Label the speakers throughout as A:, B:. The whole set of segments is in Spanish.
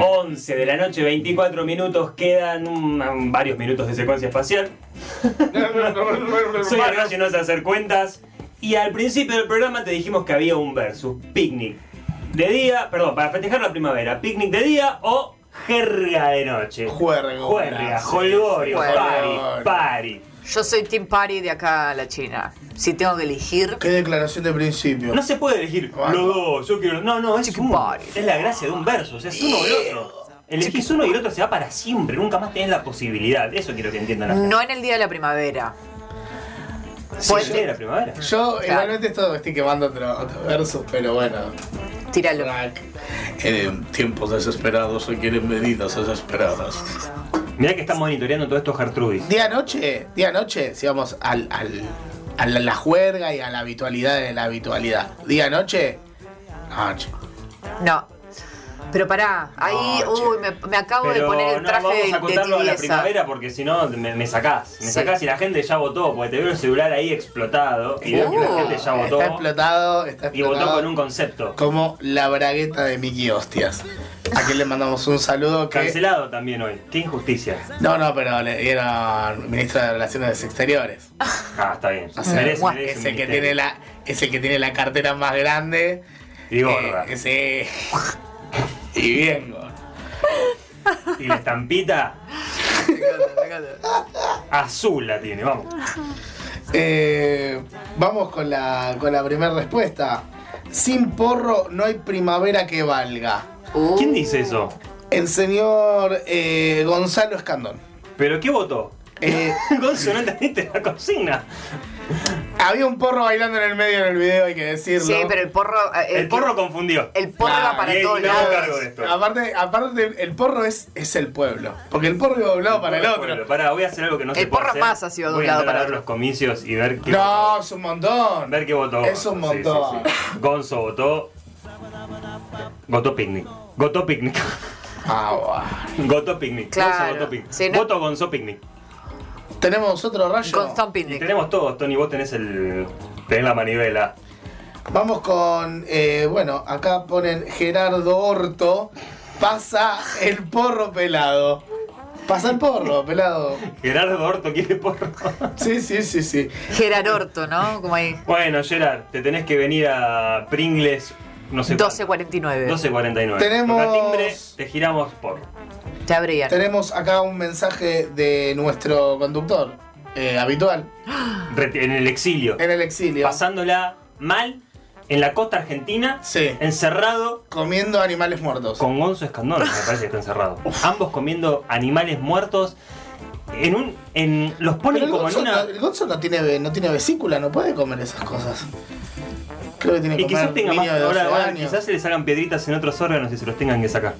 A: 11 de la noche, 24 minutos, quedan un- varios minutos de secuencia espacial. Soy el gallo y no sé hacer cuentas. Y al principio del programa te dijimos que había un versus, picnic de día, perdón, para festejar la primavera, picnic de día o jerga de noche.
B: Juergo.
A: Juerga,
B: Sí,
A: jolgorio,
B: sí,
A: pari,
B: jolgorio.
A: pari.
C: Yo soy Team Party de acá a la China. Si tengo que elegir,
B: Qué declaración de principio.
A: No se puede elegir
B: Bueno.
A: los dos, yo quiero. No, no, es,
C: Chiqui
A: un-
C: pari.
A: es la gracia de un verso, o sea, es uno o el otro. Elegís uno y el otro se va para siempre, nunca más tenés la posibilidad. Eso quiero que entiendan la gente.
C: no en el día de la primavera. Pues,
A: Sí,
C: puede-
A: llega la primavera.
B: Pues, Yo igualmente esto estoy quemando otro, otro verso, pero bueno. Eh,
C: Tíralo.
B: Crack.
D: En tiempos desesperados se quieren medidas desesperadas.
A: Mirá que están monitoreando todo esto Gertrudis.
B: Día noche, día noche, si vamos al, al, a la, la juerga y a la habitualidad de la habitualidad. Día noche, noche.
C: No. Pero pará, ahí,
B: No, che.
C: uy, me, me acabo de
A: Pero
C: poner el
A: no,
C: traje
A: vamos
C: de,
A: a
C: de
A: contarlo a la
C: tibieza.
A: primavera porque si no me, me sacás. Me
C: Sí.
A: sacás y la gente ya votó, porque te veo el celular ahí explotado y veo que la
C: Uh.
A: gente ya votó.
B: Está explotado, está
A: Y votó
B: explotado.
A: con un concepto.
B: Como la bragueta de Mickey Hostias. A quien le mandamos un saludo que.
A: Cancelado también hoy. Qué injusticia.
B: No, no, pero le dieron ministra de Relaciones Exteriores.
A: Ah, está bien.
B: O sea,
A: Merece,
C: guau,
A: merece
B: Es
A: un
B: el que
A: ministerio.
B: tiene la, es el que tiene la cartera más grande.
A: Y gorda.
B: Eh, ese- y bien gorda.
A: Y la estampita azul la tiene, vamos.
B: Eh, vamos con la, con la primera respuesta. Sin porro no hay primavera que valga.
C: Uh,
A: ¿Quién dice eso?
B: El señor eh, Gonzalo Escandón.
A: ¿Pero qué votó?
B: Eh,
A: Gonzo, no entendiste la consigna.
B: había un porro bailando en el medio en el video, hay que decirlo.
C: Sí, pero el porro. eh,
A: El porro confundió.
C: El porro
B: Ah,
C: va para
A: bien,
C: todos
A: me hago cargo
C: lados.
A: de esto.
B: Aparte, aparte, el porro es, es el pueblo. Porque el porro iba doblado para el
A: Bueno,
B: otro.
A: pará, voy a hacer algo que no
C: El
A: se puede
C: porro
A: hacer.
C: más ha sido de un
A: Voy a
C: lado
A: entrar a
C: para
A: ver
C: otro.
A: los comicios y ver qué
B: No, es un montón.
A: Ver qué votó.
B: Es un
A: Gonzo, sí,
B: montón.
A: sí, sí. Gonzo votó. Votó picnic. Votó picnic.
B: Ah, bueno.
A: Votó picnic.
C: Claro.
A: Gonzo votó picnic.
C: Sí, no-
A: Voto Gonzo picnic.
B: Tenemos otro rayo.
C: Con Tom
A: Y
C: Pindick.
A: tenemos todos, Tony, vos tenés el. tenés la manivela.
B: Vamos con. eh, bueno, acá ponen Gerardo Orto. Pasa el porro pelado. Pasa el porro pelado.
A: Gerardo Orto quiere porro.
B: Sí, sí, sí, sí.
C: Gerard Orto, ¿no? Como ahí.
A: bueno, Gerard, te tenés que venir a Pringles. No sé cuánto.
C: 12.49.
A: 12.49.
B: Tenemos-
A: Toca timbre, te giramos por.
C: Ya abrían.
B: Tenemos acá un mensaje de nuestro conductor eh, habitual
A: reti- En el exilio.
B: en el exilio.
A: Pasándola mal en la costa argentina.
B: Sí.
A: Encerrado
B: Comiendo animales muertos.
A: con Gonzo Escandón, me parece que está encerrado. Ambos comiendo animales muertos. En un. En, los ponen
B: Pero el
A: como en
B: Gonzo,
A: una.
B: no, el Gonzo no tiene, ve- no tiene vesícula, no puede comer esas cosas. Creo que tiene que
A: Y
B: comer
A: quizás tenga
B: niño
A: más.
B: de 12
A: Ahora, ahora
B: años.
A: quizás se les hagan piedritas en otros órganos y se los tengan que sacar.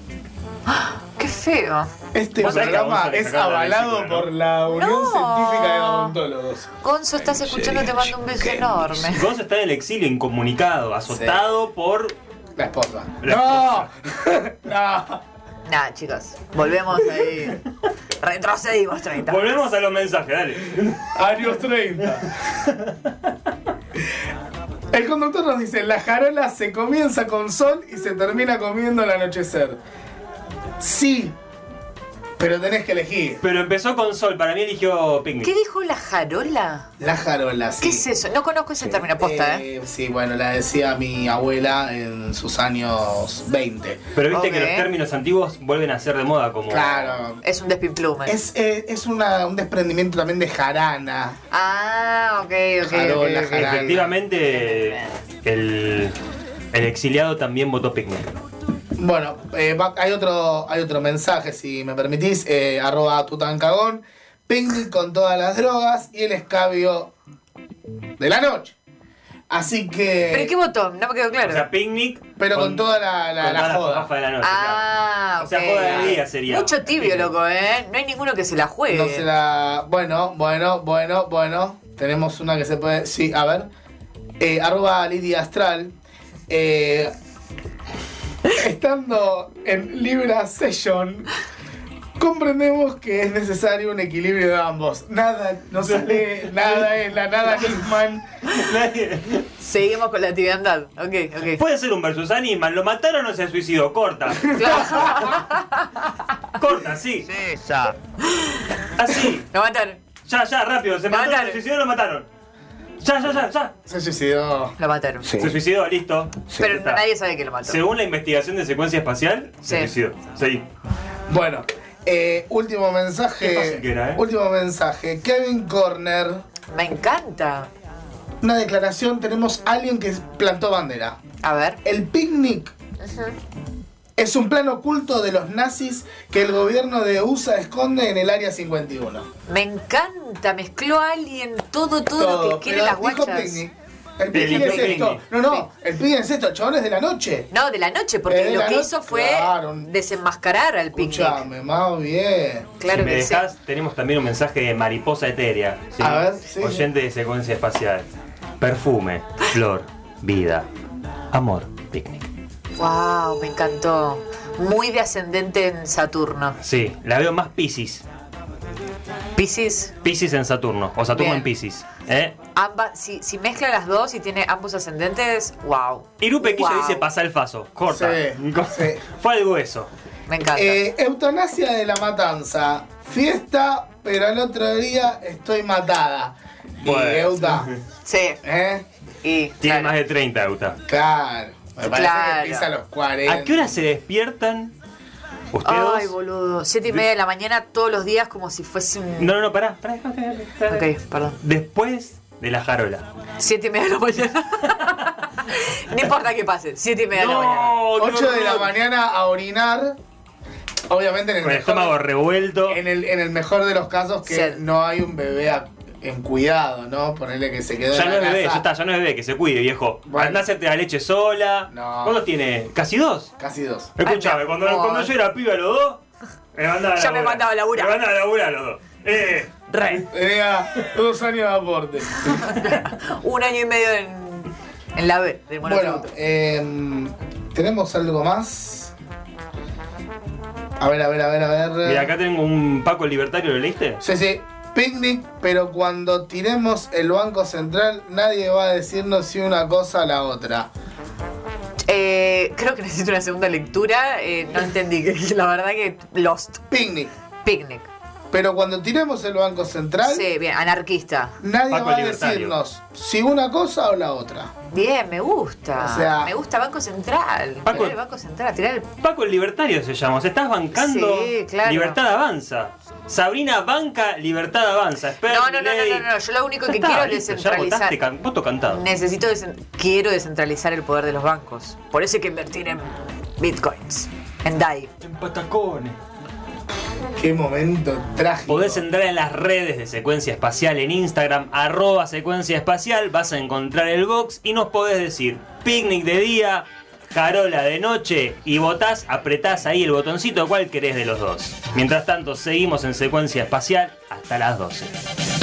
C: Qué feo.
B: Este
A: Vos sabés que a Gonzo
B: programa
A: le
B: es
A: sacaron la
B: avalado
A: vesícula, ¿no?
B: por la Unión
C: No.
B: Científica de Odontólogos.
C: Gonzo, estás escuchando, te mando un beso enorme.
A: Gonzo está en el exilio, incomunicado, azotado por.
B: La esposa.
A: La
B: ¡No! ¡No!
C: Nada, chicos. Volvemos ahí. Retrocedimos 30.
A: Volvemos a los mensajes, dale.
B: Años 30. El conductor nos dice, la jarola se comienza con sol y se termina comiendo al anochecer. Sí, pero tenés que elegir.
A: Pero empezó con Sol, para mí eligió Picnic.
C: ¿Qué dijo la jarola?
B: La jarola, sí.
C: ¿Qué es eso? No conozco ese término posta, ¿eh?
B: Sí, bueno, la decía mi abuela en sus años 20.
A: Pero viste que
C: Ok.
A: los términos antiguos vuelven a ser de moda como.
B: Claro.
C: Es un despimplume.
B: Es, eh, es una- un desprendimiento también de jarana.
C: Ah, ok, ok.
B: Jarola,
C: ok, ok.
B: jarana.
A: Efectivamente, el. El exiliado también votó Picnic.
B: Bueno, eh, va- hay, otro, hay otro mensaje, si me permitís, eh, arroba tutancagón, picnic con todas las drogas y el escabio de la noche. Así que...
C: ¿Pero qué botón? No me quedó claro.
A: O sea, Picnic.
B: pero con, toda la, la-
A: con
B: la
A: toda la
B: joda.
A: fafafa de la noche. claro.
C: ah,
A: O sea,
C: ok.
A: joda de día sería.
C: Mucho tibio, loco, ¿eh? No hay ninguno que se la juegue.
B: No se la... Bueno, bueno, bueno, bueno. Tenemos una que se puede... Sí, a ver. Eh, arroba Lidia Astral. eh, estando en Libra Session, comprendemos que es necesario un equilibrio de ambos. Nada no sale, nada es la nada Nisman.
A: Nadie-
C: Seguimos con la tibiandad. Ok, ok.
A: Puede ser un versus animal, lo mataron o se suicidó, corta.
C: Claro.
A: corta, así.
E: Sí, ya.
A: Así.
C: Lo mataron.
A: Ya, ya, rápido. Se
C: Lo
A: mató, se
C: mataron.
A: suicidó, lo mataron. Ya, ya, ya, ya.
B: Se suicidó.
C: Lo mataron.
A: Se suicidó, listo.
C: Pero
A: está.
C: nadie sabe que lo mató.
A: Según la investigación de secuencia espacial, se
C: Sí.
A: suicidó. Sí.
B: Bueno, eh, último mensaje.
A: Qué fácil que era, ¿eh?
B: Último mensaje. Kevin Corner.
C: Me encanta.
B: Una declaración. Tenemos a alguien que plantó bandera.
C: A ver.
B: El picnic es un plan oculto de los nazis que el gobierno de USA esconde en el área 51.
C: Me encanta. Mezcló a alguien todo, todo, lo que quiere
B: pero
C: las
B: dijo
C: guachas.
B: picnic. El picnic
A: El
B: es esto.
A: picnic.
B: No, no, el picnic es esto, chabones de la noche.
C: No, de la noche,
B: Eh,
C: porque
B: de
C: lo
B: la
C: que
B: no-
C: hizo fue
B: Claro.
C: desenmascarar al picnic.
B: Escuchame, más bien.
C: Claro
A: si me
C: que sí.
A: dejas, tenemos también un mensaje de mariposa etérea. ¿sí?
B: A ver, sí.
A: Oyente de secuencia espacial. Perfume, flor, vida, amor, picnic.
C: Wow, me encantó. Muy de ascendente en Saturno.
A: Sí, la veo más Pisces.
C: Piscis,
A: Pisces en Saturno, o Saturno
C: Bien.
A: en Pisces. ¿eh?
C: ambas, si, si mezcla las dos y tiene ambos ascendentes, wow.
A: Irupe Quillo
C: Wow.
A: dice pasa el faso, corta.
B: Sí,
A: Co-
B: sí.
A: Fue algo eso.
C: Me encanta.
B: Eh, eutanasia de la matanza. Fiesta, pero al otro día estoy matada.
A: Bueno.
B: Y Euta,
C: sí,
B: ¿eh?
C: y.
A: Tiene
C: claro.
A: más de 30, Euta.
B: Claro. Me parece
C: Claro.
B: que empieza a los 40.
A: ¿A qué hora se despiertan ustedes?
C: Eh. Ay, boludo. Siete y media de la mañana todos los días como si fuese un.
A: no, no, no, pará, pará, pará, pará, pará.
C: Ok, perdón.
A: Después de la jarola.
C: Siete y media de la mañana. no importa que pase, siete y media de la mañana.
A: No,
B: 8 de la
A: horror.
B: mañana a orinar. Obviamente en el,
A: Con el estómago
B: mejor,
A: revuelto.
B: en el, en el mejor de los casos que
C: Sed.
B: no hay un bebé a- en cuidado, ¿no? Ponerle que se quedó
A: Ya
B: en
A: no
B: la
A: es bebé,
B: casa.
A: ya está, ya no es bebé, que se cuide, viejo.
B: Bueno.
A: Andá a hacerte la leche sola.
B: No.
A: ¿Cuántos tiene? ¿Casi dos?
B: Casi dos.
A: Escuchame,
C: mi
A: cuando,
C: amor.
A: cuando yo era piba los dos, me mandaba a
C: Ya me mandaba a laburar.
A: Me mandaba a laburar los dos. Eh,
C: Re.
B: Tenía dos años de aporte.
C: Un año y medio en, en la B del
B: Bueno,
C: monotributo.
B: em, ¿tenemos algo más? A ver, a ver, a ver, a ver.
A: mira, acá tengo un Paco Libertario, ¿lo leíste?
B: Sí, sí. Picnic, pero cuando tiremos el Banco Central, nadie va a decirnos si una cosa a la otra.
C: Eh, creo que necesito una segunda lectura. eh, no entendí. que- La verdad que Lost.
B: Picnic,
C: Picnic.
B: pero cuando tiremos el Banco Central,
C: Sí, bien, anarquista.
B: nadie
A: Banco
B: va a
A: Libertario.
B: decirnos si una cosa o la otra.
C: Bien, me gusta.
B: O sea-
C: me gusta Banco Central.
A: Banco-
C: Tirar el Banco Central, tirar el.
A: Paco el Libertario se llama, o sea, estás bancando
C: Sí, claro.
A: Libertad Avanza. Sabrina banca Libertad Avanza. Espera,
C: No, no, no,
A: Milei.
C: no, no, no, Yo lo único
A: Ya
C: que
A: está,
C: quiero es
A: listo, Ya
C: descentralizar.
A: votaste, can- voto cantado.
C: Necesito desen- quiero descentralizar el poder de los bancos. Por eso hay que invertir en bitcoins. En DAI.
A: En patacones.
B: Qué momento trágico.
A: Podés entrar en las redes de Secuencia Espacial en Instagram, arroba Secuencia Espacial, vas a encontrar el box y nos podés decir picnic de día, carola de noche y votás, apretás ahí el botoncito cuál querés de los dos. Mientras tanto, seguimos en Secuencia Espacial hasta las 12.